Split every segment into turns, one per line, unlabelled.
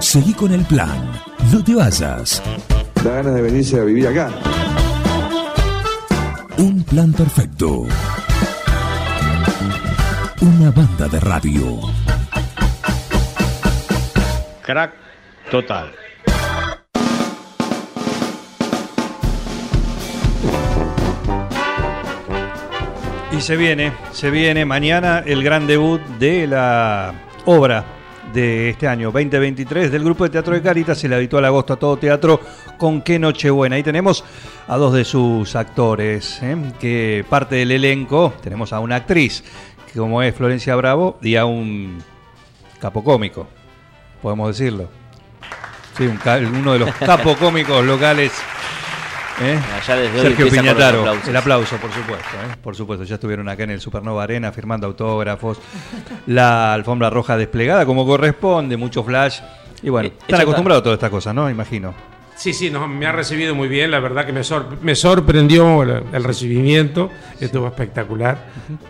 Seguí con el plan. No te vayas.
Da ganas de venirse a vivir acá.
Un plan perfecto. Una banda de radio.
Crack total. Y se viene, se viene mañana el gran debut de la obra de este año 2023 del grupo de teatro de Caritas, el habitual agosto a todo teatro, con qué Nochebuena. Ahí tenemos a dos de sus actores, ¿eh? que parte del elenco, tenemos a una actriz, que como es Florencia Bravo, y a un capocómico, podemos decirlo. Sí, un ca- uno de los capocómicos locales. ¿eh?
Ya desde hoy
Sergio
empieza con los
Piñataro,
aplausos.
el aplauso, por supuesto, ¿eh? por supuesto, ya estuvieron acá en el Supernova Arena firmando autógrafos, la alfombra roja desplegada como corresponde, mucho flash, y bueno,
Eh,
están
hecho
acostumbrados a todas estas cosas, ¿no? Imagino.
Sí, sí, no, me ha recibido muy bien, la verdad que me, sor- me sorprendió el, el recibimiento, estuvo espectacular.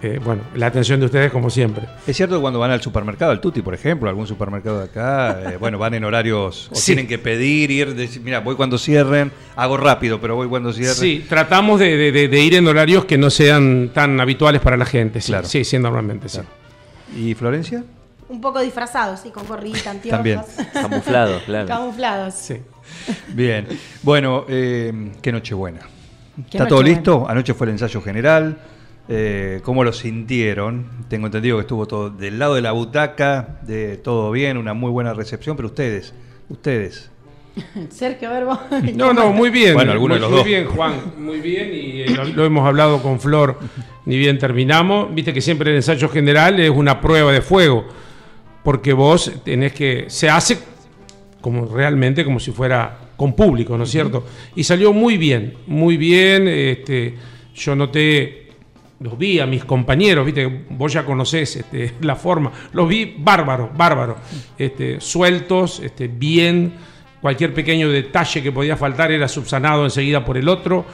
Eh, bueno, la atención de ustedes como siempre.
Es cierto que cuando van al supermercado, al Tutti, por ejemplo, algún supermercado de acá, eh, bueno, van en horarios, o
Sí.
tienen que pedir, ir, decir, mira, voy cuando cierren, hago rápido, pero voy cuando cierren.
Sí, tratamos de, de- de- de ir en horarios que no sean tan habituales para la gente, sí,
Claro.
sí, sí, normalmente, sí.
¿Y Florencia?
Un poco disfrazados, sí, con gorrita, anteojos.
También.
Camuflado, claro.
Camuflados.
Sí.
Bien. Bueno, eh, qué nochebuena.
Qué
¿Está todo
nochebuena.
listo? Anoche fue el ensayo general. Eh, ¿Cómo lo sintieron? Tengo entendido que estuvo todo del lado de la butaca, de todo bien, una muy buena recepción, pero ustedes, ustedes.
Sergio Verbo.
No, no, muy bien.
Bueno, alguno
muy,
de los
muy
dos.
bien, Juan, muy bien. Y eh, lo, lo hemos hablado con Flor, ni bien terminamos. Viste que siempre el ensayo general es una prueba de fuego, porque vos tenés que. Se hace como realmente como si fuera con público, ¿no es cierto? Y salió muy bien, muy bien. Este, yo noté, los vi a mis compañeros, viste, que vos ya conocés este, la forma, los vi bárbaros, bárbaros, este, sueltos, este, bien, cualquier pequeño detalle que podía faltar era subsanado enseguida por el otro,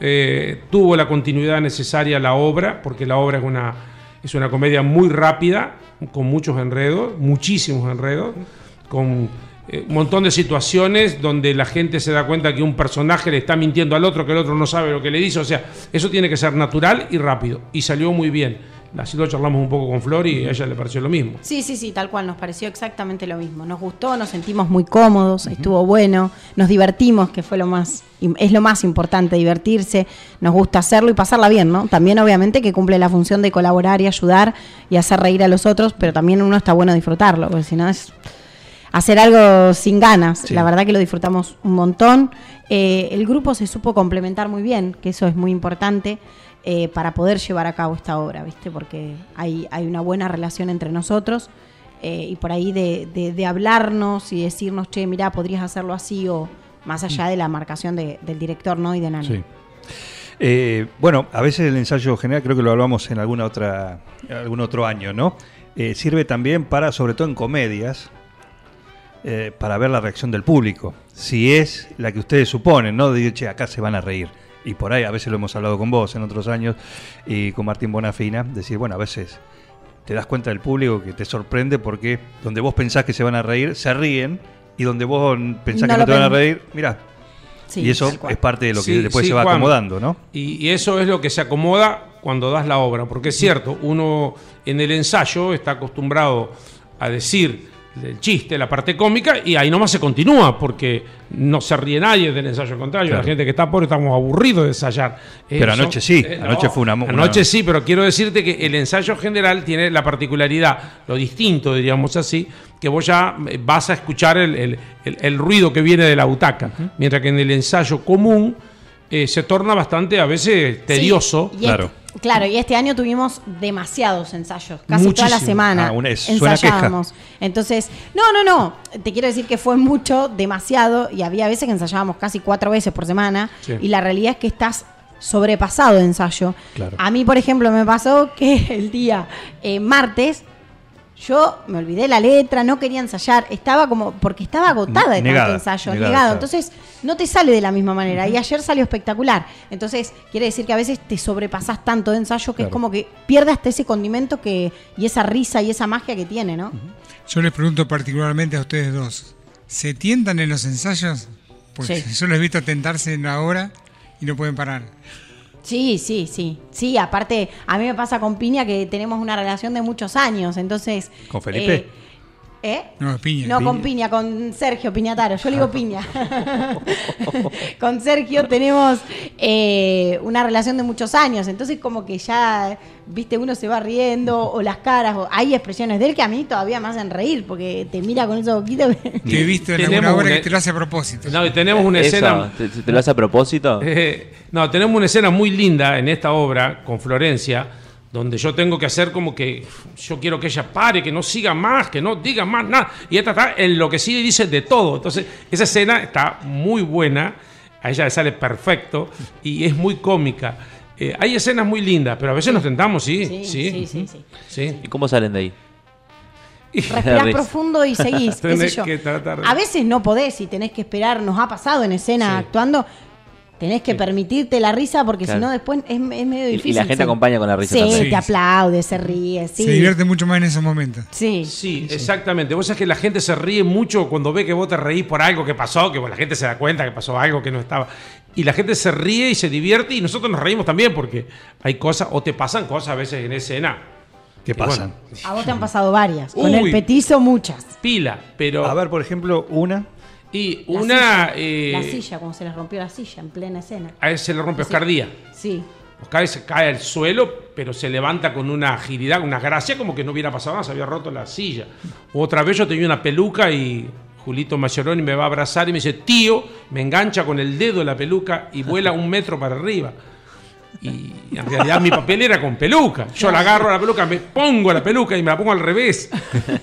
Eh, tuvo la continuidad necesaria la obra, porque la obra es una, es una comedia muy rápida, con muchos enredos, muchísimos enredos, con eh, un montón de situaciones donde la gente se da cuenta que un personaje le está mintiendo al otro, que el otro no sabe lo que le dice. O sea, eso tiene que ser natural y rápido. Y salió muy bien. Así lo charlamos un poco con Flor y a ella le pareció lo mismo.
Sí, sí, sí, tal cual, nos pareció exactamente lo mismo. Nos gustó, nos sentimos muy cómodos, estuvo bueno, nos divertimos, que fue lo más, es lo más importante, divertirse, nos gusta hacerlo y pasarla bien, ¿no? También obviamente que cumple la función de colaborar y ayudar y hacer reír a los otros, pero también uno está bueno disfrutarlo, porque si no es hacer algo sin ganas.
Sí.
La verdad que lo disfrutamos un montón. Eh, el grupo se supo complementar muy bien, que eso es muy importante eh, para poder llevar a cabo esta obra, ¿viste? Porque hay, hay una buena relación entre nosotros eh, y por ahí de, de- de hablarnos y decirnos, che, mirá, podrías hacerlo así o más allá de la marcación de- del director, ¿no? Y de Nani.
Eh, bueno, a veces el ensayo general, creo que lo hablamos en alguna otra, algún otro año, ¿no? Eh, sirve también para, sobre todo en comedias, eh, para ver la reacción del público. Si es la que ustedes suponen, ¿no? De, che, acá se van a reír. Y por ahí, a veces lo hemos hablado con vos en otros años y con Martín Bonafina, decir, bueno, a veces te das cuenta del público que te sorprende porque donde vos pensás que se van a reír, se ríen, y donde vos pensás
No
que no
lo
te van a
pen-
reír, mirá.
Sí,
y eso
tal cual.
es parte de lo que
Sí,
después
sí,
se va
Juan.
acomodando, ¿no?
Y, y eso es lo que se acomoda cuando das la obra, porque es cierto, uno en el ensayo está acostumbrado a decir el chiste, la parte cómica, y ahí nomás se continúa, porque no se ríe nadie del ensayo al contrario,
Claro.
la gente que está pobre estamos aburridos de ensayar.
Pero
Eso- eh,
anoche sí, anoche fue una- una-
Anoche sí, pero quiero decirte que el ensayo general tiene la particularidad, lo distinto, diríamos así, que vos ya eh, vas a escuchar el, el- el- el ruido que viene de la butaca, mientras que en el ensayo común eh, se torna bastante a veces tedioso.
Sí, y
Claro.
este- claro, y este año tuvimos demasiados ensayos, casi toda la
Muchísimo.
semana
Ah, una- es- suena queja.
ensayábamos. Entonces, no, no, no, te quiero decir que fue mucho, demasiado, y había veces que ensayábamos casi cuatro veces por semana,
Sí.
y la realidad es que estás sobrepasado de ensayo.
Claro.
A mí, por ejemplo, me pasó que el día eh, martes yo me olvidé la letra, no quería ensayar, estaba como, porque estaba agotada de
Negada,
tanto ensayo,
negada,
negado.
claro.
Entonces, no te sale de la misma manera. Y ayer salió espectacular. Entonces, quiere decir que a veces te sobrepasás tanto de ensayo que
Claro.
es como que pierdas hasta ese condimento que, y esa risa y esa magia que tiene, ¿no?
Yo les pregunto particularmente a ustedes dos, ¿Se tientan en los ensayos? Porque
Sí.
yo los he visto tentarse en la hora y no pueden parar.
Sí, sí, sí. Sí, aparte, a mí me pasa con Piña que tenemos una relación de muchos años, entonces...
¿Con Felipe?
eh, ¿Eh?
No, es piña.
No, con Piña, con Sergio Piñataro. Yo le digo Piña. con Sergio tenemos eh, una relación de muchos años. Entonces, como que ya, viste, uno se va riendo, o las caras, o hay expresiones de él que a mí todavía me hacen reír, porque te mira con esos ojitos.
Te he visto en alguna
Tenemos
obra
una-
que te lo hace a propósito.
No, y tenemos una
Eso,
escena.
¿te, te lo hace a propósito?
Eh, no, tenemos una escena muy linda en esta obra con Florencia, donde yo tengo que hacer como que yo quiero que ella pare, que no siga más, que no diga más nada. Y esta está enloquecida y dice de todo. Entonces, esa escena está muy buena, a ella le sale perfecto y es muy cómica. Eh, hay escenas muy lindas, pero a veces nos tentamos, sí. Sí,
sí, sí, sí.
Sí.
¿Y cómo salen de ahí?
Respirás
Risa.
profundo y seguís. qué sé
Tenés
yo.
que tratar de-
A veces no podés y tenés que esperar. Nos ha pasado en escena
Sí.
actuando. Tenés que permitirte la risa porque
Claro.
si no después es, es medio
Y- y
difícil.
la gente
sí.
acompaña con la risa
Sí,
también.
Sí,
te
sí.
aplaude, se ríe, sí.
Se divierte mucho más en esos momentos.
Sí.
Sí, exactamente. Vos sabés que la gente se ríe mucho cuando ve que vos te reís por algo que pasó, que bueno, la gente se da cuenta que pasó algo que no estaba. Y la gente se ríe y se divierte y nosotros nos reímos también porque hay cosas, o te pasan cosas a veces en escena.
¿Qué
Que, bueno,
pasan?
A vos te han pasado varias. Con
Uy.
el petizo muchas.
pila, pero...
A ver, por ejemplo, una.
y
La
una...
silla.
eh,
La silla, cuando se les rompió la silla en plena escena.
a él se le rompe Oscardía.
Sí.
Oscar se Pues cae al suelo, pero se levanta con una agilidad, una gracia, como que no hubiera pasado nada, se había roto la silla. Otra vez yo tenía una peluca y Julito Mayoroni me va a abrazar y me dice, tío, me engancha con el dedo la peluca y vuela un metro para arriba. Y en realidad mi papel era con peluca. Yo la agarro a la peluca, me pongo la peluca y me la pongo al revés.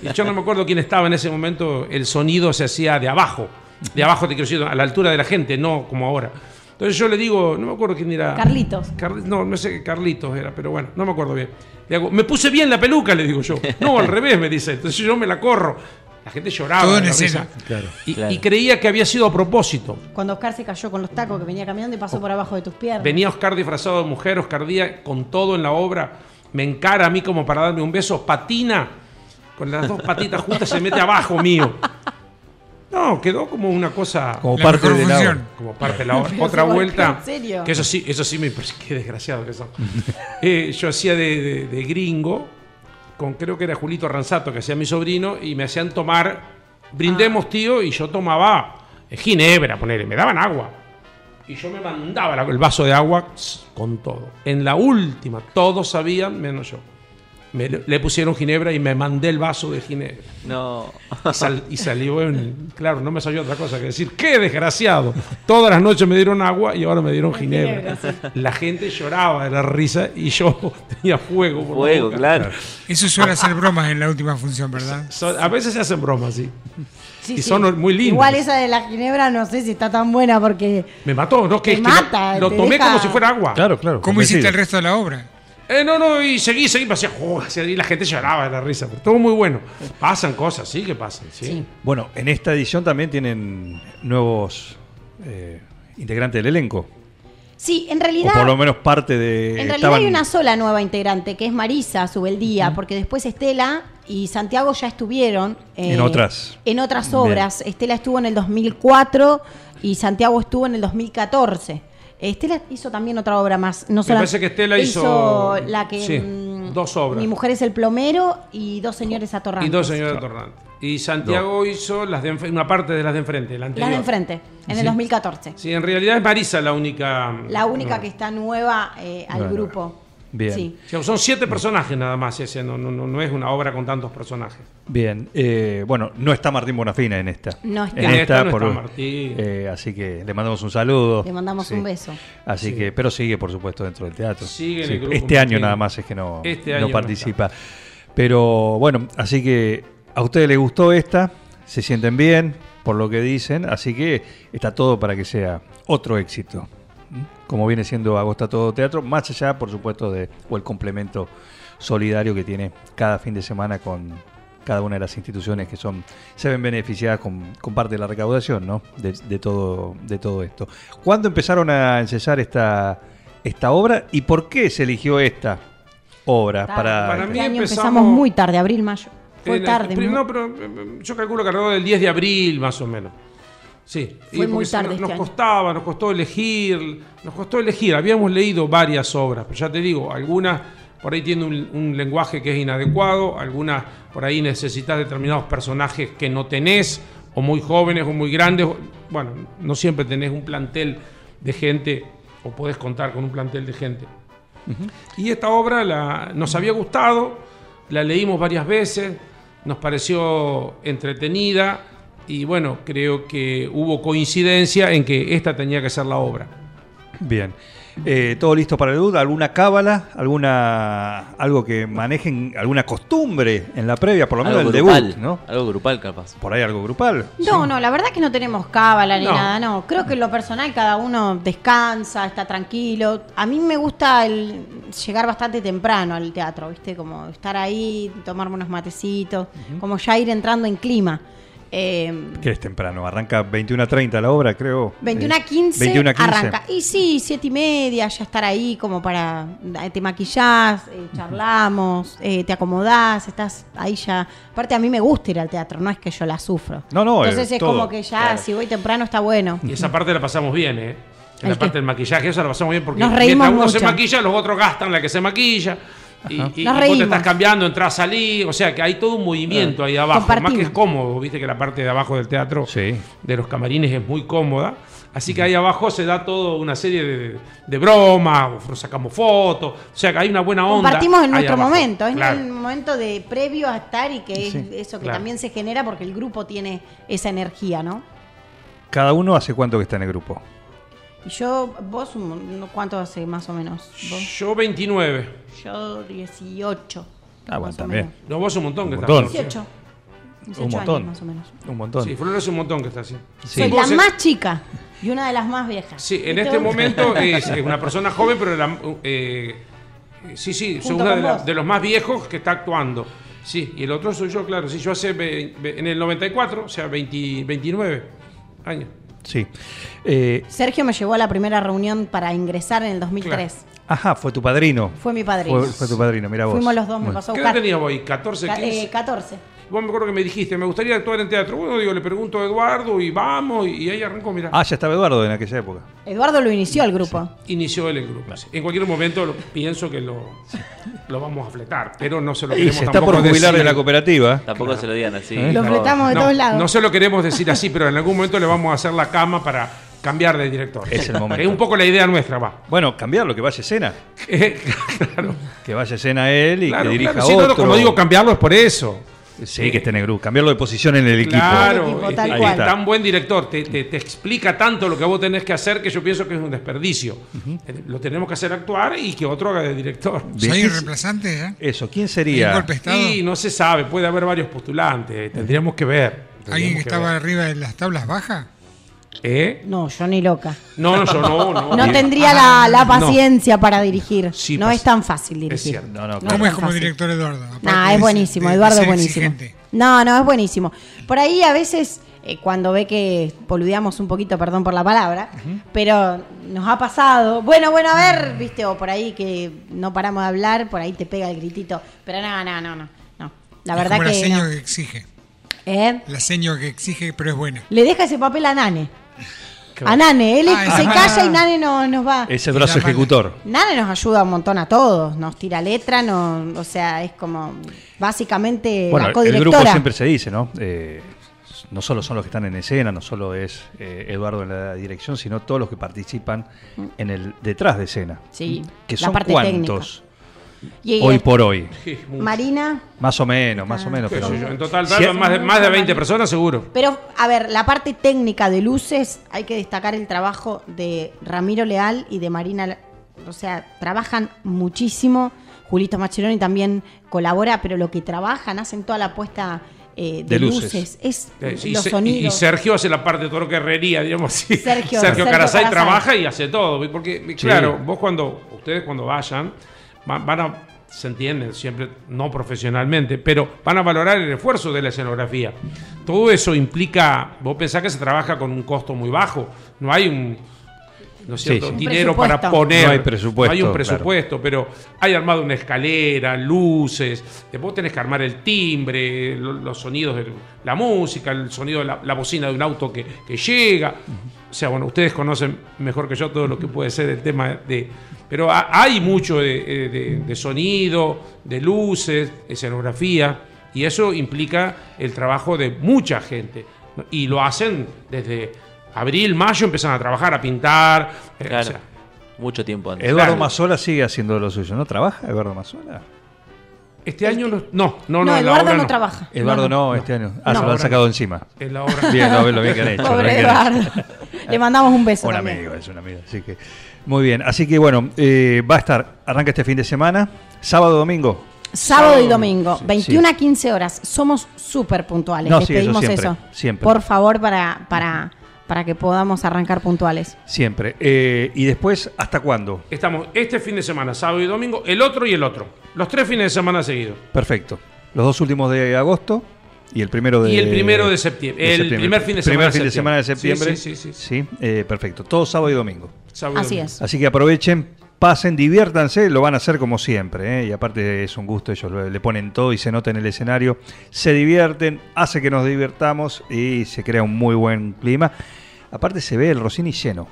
Y yo no me acuerdo quién estaba en ese momento. El sonido se hacía de abajo. De abajo, te quiero decir, a la altura de la gente, no como ahora. Entonces yo le digo, no me acuerdo quién era.
Carlitos.
Carli- no, no sé qué Carlitos era, pero bueno, no me acuerdo bien. Le hago, me puse bien la peluca, le digo yo. No, al revés, me dice. Entonces yo me la corro. La gente lloraba.
Todo
de
en
la
escena.
risa.
Claro.
Y,
Claro.
y creía que había sido a propósito.
Cuando Oscar se cayó con los tacos que venía caminando y pasó por abajo de tus piernas.
Oh. Venía Oscar disfrazado de mujer, Oscar Díaz, con todo en la obra, me encara a mí como para darme un beso, patina, con las dos patitas juntas se mete abajo mío. No, quedó como una cosa,
Como
La
parte
mejor
de la
función.
obra.
como parte de la obra.
Pero
Otra
se golpeó,
vuelta,
¿en serio?
que eso sí, eso sí me impresionó, qué desgraciado que son. Eh, yo hacía de, de- de gringo, con creo que era Julito Ranzato, que hacía mi sobrino, y me hacían tomar,
Ah.
brindemos tío, y yo tomaba eh, ginebra, ponele, me daban agua. Y yo me mandaba la- el vaso de agua tss, con todo. En la última, todos sabían, menos yo. Me- le pusieron ginebra y me mandé el vaso de ginebra.
No.
Y, sal- y salió, en- claro, no me salió otra cosa que decir, qué desgraciado. Todas las noches me dieron agua y ahora me dieron ginebra. La gente lloraba de la risa y yo tenía fuego. por la
Fuego,
boca.
claro.
Eso suele hacer bromas en la última función, ¿verdad?
So- a veces se hacen bromas, sí.
Sí,
y
sí.
son muy lindas.
Igual esa de la ginebra no sé si está tan buena porque...
Me mató, ¿no? Que,
Te
que lo-
mata,
lo,
te
tomé
deja-
como si fuera agua.
Claro, claro.
¿Cómo hiciste
convencido.
el resto de la obra?
Eh, no, no, y seguí, seguí, me hacía, "Jo", hacía- y la gente lloraba de la risa, pero todo muy bueno. Pasan cosas, sí que pasan, sí.
Sí.
Bueno, en esta edición también tienen nuevos eh, integrantes del elenco.
Sí, en realidad...
O por lo menos parte de.
En realidad
estaban-
hay una sola nueva integrante, que es Marisa Subeldía, porque después Estela y Santiago ya estuvieron eh,
En otras.
En otras obras. Estela estuvo en el 2004 y Santiago estuvo en el 2014. Estela hizo también otra obra más. No
Me
sola-
parece que Estela hizo-
la que
sí,
mm,
dos obras.
Mi mujer es el plomero y dos señores atorrantes.
Y dos señores torrantes. Y Santiago hizo las de enf- una parte de las de enfrente, la anterior.
Las de enfrente, en el 2014.
Sí, en realidad es Marisa la única. mm,
La única
no.
que está nueva eh, al
Bueno,
grupo.
bien.
Sí.
Sí, Son siete personajes nada más, ese no, no, no, no es una obra con tantos personajes.
Bien, eh, bueno, no está Martín Bonafina en esta.
No está.
En
En
esta,
esta no
por-
está Martín.
eh, así que le mandamos un saludo.
Le mandamos
Sí.
un beso.
Así que, pero sigue, por supuesto, dentro del teatro.
Sigue en
Sí,
el grupo
Este año
Martín.
nada más es que no,
Este
no
año no
participa. pero bueno, así que a ustedes les gustó esta, se sienten bien por lo que dicen, así que está todo para que sea otro éxito. ¿m? Como viene siendo Agosta Todo Teatro, más allá, por supuesto, de o el complemento solidario que tiene cada fin de semana con cada una de las instituciones que son se ven beneficiadas con, con parte de la recaudación, ¿no? De, de todo de todo esto. ¿Cuándo empezaron a ensayar esta esta obra y por qué se eligió esta obra
Tarde.
Ah, para
Para
Este
mí
año
empezamos-
empezamos muy tarde, abril, mayo. Fue
en Eh, la-
tarde,
pri-
¿no?
No, pero eh, yo calculo que alrededor del 10 de abril, más o menos. Sí,
Fue muy
porque si no-
tarde
nos
este año.
costaba, nos costó elegir, nos costó elegir. Habíamos leído varias obras, pero ya te digo, algunas por ahí tienen un, un lenguaje que es inadecuado, algunas por ahí necesitas determinados personajes que no tenés, o muy jóvenes o muy grandes. o- Bueno, no siempre tenés un plantel de gente, o podés contar con un plantel de gente. Y esta obra la- nos había gustado, la leímos varias veces, nos pareció entretenida y bueno, creo que hubo coincidencia en que esta tenía que ser la obra.
Bien. Eh, ¿Todo listo para el duda? ¿Alguna cábala? ¿Alguna algo que manejen, alguna costumbre en la previa, por lo menos
Algo
el
grupal,
debut, ¿no?
Algo grupal capaz.
Por ahí algo grupal.
No, no, la verdad que no tenemos cábala ni
No.
nada, no. Creo que en lo personal cada uno descansa, está tranquilo. A mí me gusta el llegar bastante temprano al teatro, ¿viste? Como estar ahí, tomarme unos matecitos, como ya ir entrando en clima. Eh,
Que es temprano, arranca 21 a 30 la obra, creo.
21 a
Eh,
15,
21 a 15.
arranca. Y sí, 7 y media, ya estar ahí como para. eh, Te maquillás, eh, charlamos, eh, te acomodás, estás ahí ya. Aparte, a mí me gusta ir al teatro, no es que yo la sufro.
No, no, eh,
Entonces es
todo,
como que ya,
claro.
si voy temprano, está bueno.
Y esa parte la pasamos bien, ¿eh? En la
¿El
parte
qué?
del maquillaje, esa la pasamos bien porque
Nos reímos
mientras uno se
mucho.
maquilla, los otros gastan la que se maquilla. Y, y- y
Nos
vos
reímos.
te estás cambiando, entras, salís, o sea que hay todo un movimiento ahí abajo, más que
Compartimos.
es cómodo, viste que la parte de abajo del teatro
Sí.
de los camarines es muy cómoda. Así que ahí abajo se da toda una serie de, de bromas, o sacamos fotos, o sea que hay una buena onda.
Compartimos en
ahí
nuestro
abajo,
momento, es
claro.
el momento de previo a estar y que es
Sí,
eso que
claro.
también se genera porque el grupo tiene esa energía, ¿no?
Cada uno hace cuánto que está en el grupo.
Y yo, vos, un- ¿cuánto hace más o menos? Vos,
Yo 29.
yo 18.
Ah, bueno,
más o
también.
menos.
No, vos un montón que
Un
estás.
montón.
Flor.
18. 18
Un montón.
años más o menos.
Un montón.
Sí, Flor es un montón que está así.
Soy
Vos
la
es-
más chica y una de las más viejas.
Sí, en
¿Viste
este
vos?
momento es es una persona joven, pero la- eh, sí, sí, soy
Junto
una
con
de, la-
vos.
de los más viejos que está actuando. Sí, y el otro soy yo, claro. Sí, yo hace ve- ve- en el 94, o sea, 20 29 años.
Sí. Eh,
Sergio me llevó a la primera reunión para ingresar en el 2003.
ajá, fue tu padrino.
Fue mi padrino.
Fue, fue tu padrino, mira vos.
Fuimos los dos, me
Bueno.
pasó a
¿Qué edad
buscar.
tenías vos ahí? ¿14,
Ca-
15?
eh, 14.
Vos me acuerdo que me dijiste, me gustaría actuar en teatro. Bueno, digo, le pregunto a Eduardo y vamos, y ahí arrancó, mira.
Ah, ya estaba Eduardo en aquella época.
Eduardo lo inició el grupo.
Inició él el grupo. En cualquier momento lo- pienso que lo, lo vamos a fletar, pero no se lo
Y
queremos
se está por
tampoco
jubilar de
decir.
la cooperativa.
Tampoco se lo digan así.
¿Eh?
por
Lo
favor.
fletamos de
no,
todos lados.
no se lo queremos decir así, pero en algún momento le vamos a hacer la cama para cambiar de director.
Es el momento.
Es un poco la idea nuestra, va. Eh,
Bueno, cambiarlo, que vaya a escena.
claro,
Que vaya a escena él y
claro,
que dirija
claro. Si no,
otro.
no, como digo, cambiarlo es por eso.
Sí, que esté en el grupo. Cambiarlo de posición en el
Claro,
El equipo,
es-
tal
es
cual.
tan buen director, te, te- te explica tanto lo que vos tenés que hacer que yo pienso que es un desperdicio. Eh, Lo tenemos que hacer actuar y que otro haga de director.
equipo.
¿Soy
¿Viste?
reemplazante ya?
Eso, ¿quién
¿Hay un
sería?
golpe de estado?
Y no se sabe, puede haber varios postulantes, eh, tendríamos que ver.
¿Alguien que
tendríamos
estaba
ver.
arriba de las tablas bajas?
¿Eh?
No, yo ni loca.
No, no, yo no, no.
No
Bien.
tendría la, la paciencia para dirigir.
Ah, Sí,
no
paci-
es tan fácil dirigir.
Es cierto.
No, no,
¿Cómo
no
es como
fácil.
director Eduardo? Aparte
No,
de
es
ser-
buenísimo,
de- de
Eduardo
ser
es buenísimo.
exigente.
No, no, es buenísimo. Por ahí a veces, eh, cuando ve que poludeamos un poquito, perdón por la palabra, pero nos ha pasado, bueno, bueno, a ver, viste, o por ahí que no paramos de hablar, por ahí te pega el gritito, pero no, no, no, no, no. La
Es
verdad
como la
que...
seño
no.
que exige.
¿Eh?
La seño que exige, pero es buena.
Le deja ese papel a Nane. A Nane, él es-
Ah,
se
es
calla
verdad.
y Nane no, nos va...
Es el brazo
Y la mala.
ejecutor.
Nane nos ayuda un montón a todos, nos tira letra, no, o sea, es como básicamente
Bueno,
Eh, la
el
codirectora.
grupo siempre se dice, ¿no? Eh, no solo son los que están en escena, no solo es eh, Eduardo en la dirección, sino todos los que participan en el detrás de escena.
Mm.
Mm,
Sí,
Que
la
son
parte
cuantos
Y-
hoy por hoy.
Sí, muy-
Marina,
Más o menos,
Ah.
más o menos.
qué
Pero
sé yo. En total,
Si-
tal, más, de, más de 20 personas seguro.
pero a ver, la parte técnica de luces, hay que destacar el trabajo de Ramiro Leal y de Marina, Le- o sea, trabajan muchísimo. Julito Maccheroni también colabora, pero lo que trabajan, hacen toda la puesta eh,
De
de,
luces.
luces. es
Eh, Y,
los
Se- y-
sonidos.
y Sergio hace la parte de todo lo que herrería, digamos así.
Sergio- Sergio
Carasay
Carasay.
trabaja y hace todo. ¿vi? Porque, y
Sí.
claro, vos cuando, ustedes cuando vayan, va- van, a, se entienden siempre, no profesionalmente, pero van a valorar el esfuerzo de la escenografía. Todo eso implica, vos pensás que se trabaja con un costo muy bajo, no hay un... ¿no es cierto?
Sí, sí.
Un
Dinero para
presupuesto.
poner.
No hay presupuesto,
No hay un
claro.
presupuesto, pero hay armado una escalera, luces, después tenés que armar el timbre, lo- los sonidos de la música, el sonido de la, la bocina de un auto que, que llega. O sea, bueno, ustedes conocen mejor que yo todo lo que puede ser el tema de... Pero ha- hay mucho de, eh, de- de sonido, de luces, escenografía, y eso implica el trabajo de mucha gente. ¿no? Y lo hacen desde abril, mayo, empiezan a trabajar, a pintar. eh, o
Claro.
sea,
Mucho tiempo antes.
Eduardo
Claro.
Mazola sigue haciendo lo suyo, ¿no trabaja Eduardo Mazola?
Este año no, no, no,
No,
no, la
Eduardo
obra
no,
no.
trabaja.
Eduardo no, este año. Ah,
No.
se lo han sacado encima.
Es la obra.
Bien, lo, lo bien que han hecho. lo bien
Pobre
que han hecho.
Eduardo. Le mandamos un beso.
Un
también.
amigo, es un amigo. Así que, muy bien. Así que bueno, eh, va a estar, arranca este fin de semana, sábado, domingo.
Sábado y domingo,
Sí,
21 a 15 horas. Somos súper puntuales.
No,
Les
sí, eso
pedimos eso.
siempre, siempre.
Por favor, para, para, para que podamos arrancar puntuales.
Siempre. Eh, ¿Y después hasta cuándo?
Estamos este fin de semana, sábado y domingo, el otro y el otro. Los tres fines de semana seguidos.
Perfecto. Los dos últimos de agosto y el primero de
Y el primero de septiembre. El primer fin de semana de
Primer fin de semana de
septiembre.
septiembre.
Sí, sí, sí,
eh, perfecto. Todo sábado y domingo.
Sábado y
Así
domingo.
es.
Así que aprovechen, pasen, diviértanse, lo van a hacer como siempre. ¿eh? Y aparte es un gusto, ellos lo- le ponen todo y se nota en el escenario. Se divierten, hace que nos divirtamos y se crea un muy buen clima. Aparte se ve el Rossini lleno.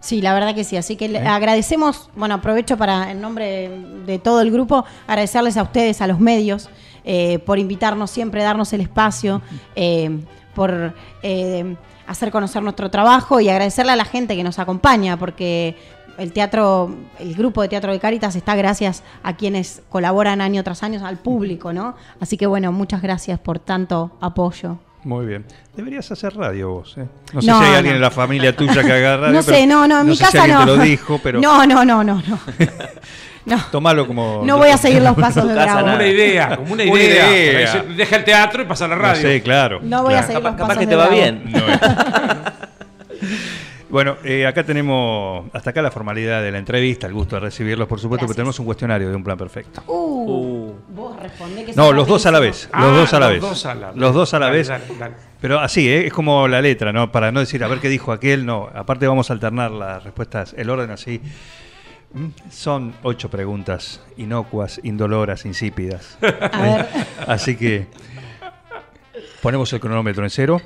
Sí, la verdad que sí. Así que le agradecemos, bueno, aprovecho para, en nombre de todo el grupo, agradecerles a ustedes, a los medios, eh, por invitarnos siempre, darnos el espacio, eh, por eh, hacer conocer nuestro trabajo y agradecerle a la gente que nos acompaña, porque el teatro, el grupo de teatro de Cáritas está gracias a quienes colaboran año tras año, al público, ¿no? Así que bueno, muchas gracias por tanto apoyo.
Muy bien. Deberías hacer radio vos. ¿eh? No sé
No,
si hay alguien
no.
en la familia tuya que haga radio.
no sé,
pero
no, no, en mi
sé si
casa
alguien
no.
te lo dijo, pero
No, no, no, no, no. No.
tomalo como.
No voy a seguir los pasos de
Tu casa,
Bravo.
Como una
nada.
idea, como una idea.
Una idea.
Por ahí se- Deja el teatro y pasa a la
No
radio.
sé, claro.
No voy a
claro.
seguir
Capaz,
los
capaz
pasos
que
de
te va
Bravo.
bien.
No es. Bueno, eh, acá tenemos, hasta acá la formalidad de la entrevista, el gusto de recibirlos, por supuesto,
Gracias.
pero tenemos un cuestionario de un plan perfecto.
Uh,
Uh.
vos respondés que
No,
sos
los dos a la vez,
rapidísimo.
Ah,
los dos a la
los
vez.
dos a la vez.
Los dos a la
Dale,
vez.
dale, dale.
Pero así, ¿eh? es como la letra, ¿no? Para no decir, a ver qué dijo aquel, no. Aparte vamos a alternar las respuestas, el orden así. Mm, Son ocho preguntas inocuas, indoloras, insípidas.
A ver.
Así que ponemos el cronómetro en cero.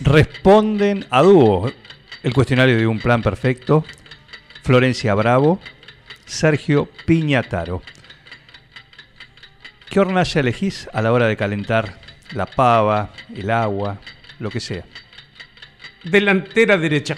Responden a dúo el cuestionario de Un Plan Perfecto, Florencia Bravo, Sergio Piñataro. ¿Qué hornalla elegís a la hora de calentar la pava, el agua, lo que sea?
Delantera derecha.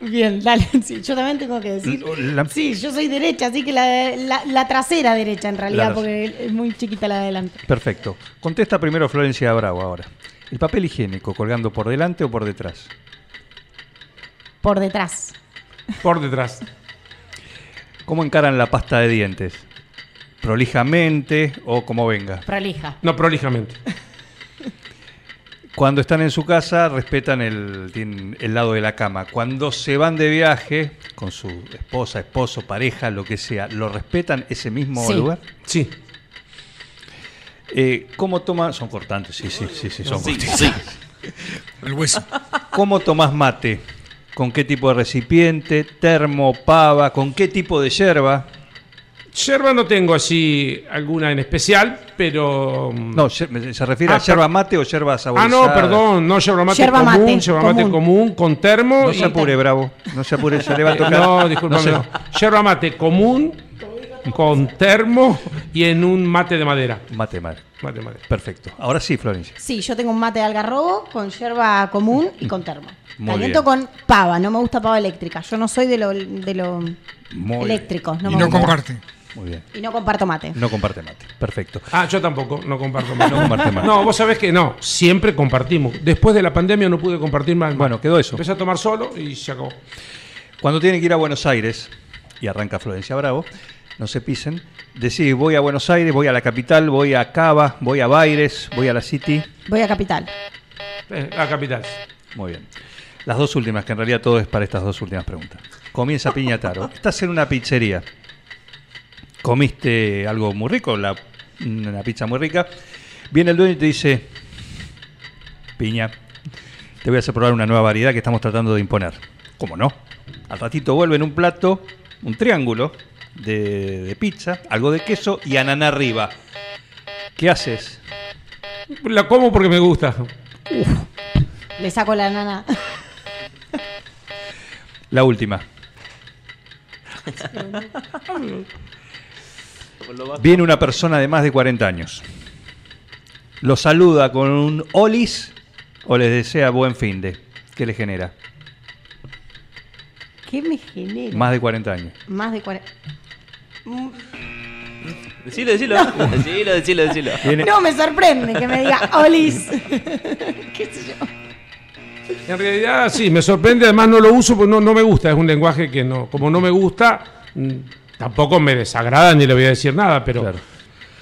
Bien, dale. sí, yo también tengo que decir.
La-
Sí, yo soy derecha, así que la, la- la trasera derecha en realidad,
La
porque es muy chiquita la de adelante.
Perfecto. Contesta primero Florencia Bravo ahora. ¿El papel higiénico colgando por delante o por detrás?
Por detrás.
Por detrás.
¿Cómo encaran la pasta de dientes? ¿Prolijamente o como venga?
Prolija.
No, prolijamente.
Cuando están en su casa, respetan el, tienen el lado de la cama. Cuando se van de viaje con su esposa, esposo, pareja, lo que sea, ¿lo respetan ese mismo
Sí.
lugar?
Sí.
Eh, ¿Cómo toman? Son cortantes, sí, sí, sí, sí, son
Sí,
cortantes.
sí.
Al hueso.
¿Cómo tomás mate? ¿Con qué tipo de recipiente? ¿Termo, pava? ¿Con qué tipo de yerba?
Yerba no tengo así alguna en especial, pero. mm,
No, ye- se refiere
Ah,
a yerba mate o yerba
Ah,
saborizada.
no, perdón, no yerba mate
Yerba
común,
mate,
yerba mate
común.
común, con termo.
No
y-
se apure, bravo. No se apure, se le va a
Eh,
tocar.
No, discúlpame.
se-
No Yerba mate común, con termo y en un mate de madera.
Mate, mate.
Mate de madera.
Perfecto. Ahora sí, Florencia.
Sí, yo tengo un mate de algarrobo con yerba común y con termo.
Muy
Caliento
bien.
con pava, no me gusta pava eléctrica. Yo no soy de lo, de lo
Muy
eléctrico. No
y
me
no
gusta.
comparte.
Muy bien.
Y no comparto mate.
No comparte mate. Perfecto.
Ah, yo tampoco, no comparto más.
No comparte más.
No, vos sabés que no, siempre compartimos. Después de la pandemia no pude compartir más.
Bueno, quedó eso.
Empecé a tomar solo y se acabó.
Cuando tienen que ir a Buenos Aires, y arranca Florencia Bravo, no se pisen, decís voy a Buenos Aires, voy a la capital, voy a Cava, voy a Baires, voy a la City.
Voy a Capital.
Eh, la capital.
Muy bien. Las dos últimas, que en realidad todo es para estas dos últimas preguntas. Comienza Piñataro. Estás en una pizzería. Comiste algo muy rico, la- una pizza muy rica. Viene el dueño y te dice, piña, te voy a hacer probar una nueva variedad que estamos tratando de imponer. ¿Cómo no? Al ratito vuelve en un plato un triángulo de, de pizza, algo de queso y ananá arriba. ¿Qué haces?
La como porque me gusta.
Le saco la nana.
La última. Viene una persona de más de 40 años. Lo saluda con un olis o les desea buen fin de. ¿Qué le genera?
¿Qué me genera?
Más de 40 años.
Más de 40.
Decilo, decilo. Decilo, decilo, decilo.
Viene-
No, me sorprende que me diga Olis. ¿Qué sé yo?
En realidad, sí, me sorprende. Además, no lo uso porque no, no me gusta. Es un lenguaje que no. Como no me gusta, mm, tampoco me desagrada ni le voy a decir nada, pero.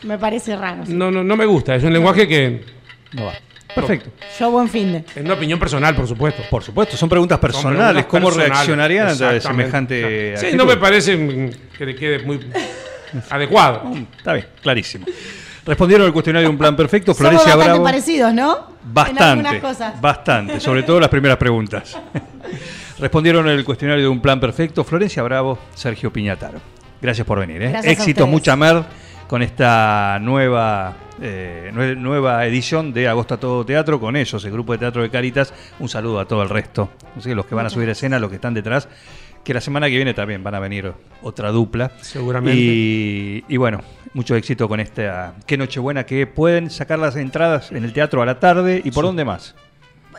Me parece raro. sí.
No, no, no me gusta. Es un lenguaje que.
No va. Perfecto.
Yo buen fin de.
Es una opinión personal, por supuesto.
Por supuesto, son preguntas
Son
personales.
preguntas
¿Cómo
personales,
reaccionarían ante
exactamente.
semejante
Sí,
actitud?
no me parece mm, que le quede muy adecuado.
Está bien, clarísimo. Respondieron al cuestionario Un Plan Perfecto.
Somos
Florencia
bastante
Bravo.
parecidos, ¿no? En algunas
Bastante,
cosas.
bastante, sobre todo las primeras preguntas. Respondieron el cuestionario de un plan perfecto Florencia Bravo, Sergio Piñataro. Gracias por venir. ¿eh?
Gracias a
Éxitos,
ustedes.
mucha mer con esta nueva, eh, nue- nueva edición de Agosto a Todo Teatro, con ellos, el grupo de teatro de Caritas. Un saludo a todo el resto, Así que los que van a subir a escena, los que están detrás, que la semana que viene también van a venir otra dupla.
Seguramente.
Y, y bueno, mucho éxito con esta. Qué Nochebuena que pueden sacar las entradas en el teatro a la tarde. ¿Y por dónde más?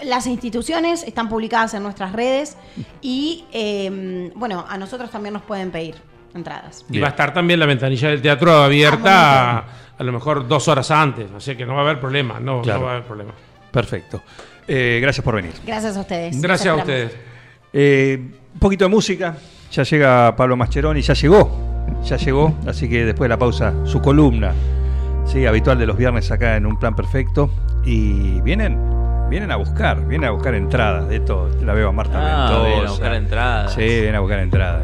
Las instituciones están publicadas en nuestras redes y, eh, bueno, a nosotros también nos pueden pedir entradas.
Y
Bien. Ah,
va a estar también la ventanilla del teatro abierta a, a lo mejor dos horas antes. O sea que no va a haber problema. No, no
Claro.
va a haber problema.
Perfecto. Eh, gracias por venir.
Gracias a ustedes. Los
Gracias a
esperamos.
ustedes.
Eh, un poquito de música. Ya llega Pablo Mascheroni, ya llegó. Ya llegó. Así que después de la pausa, su columna. Sí, habitual de los viernes acá en Un Plan Perfecto. Y vienen, vienen a buscar, vienen a buscar entradas de todo. La veo a Marta
Ah,
Mendoza.
vienen a buscar entradas.
Sí, vienen a buscar entradas.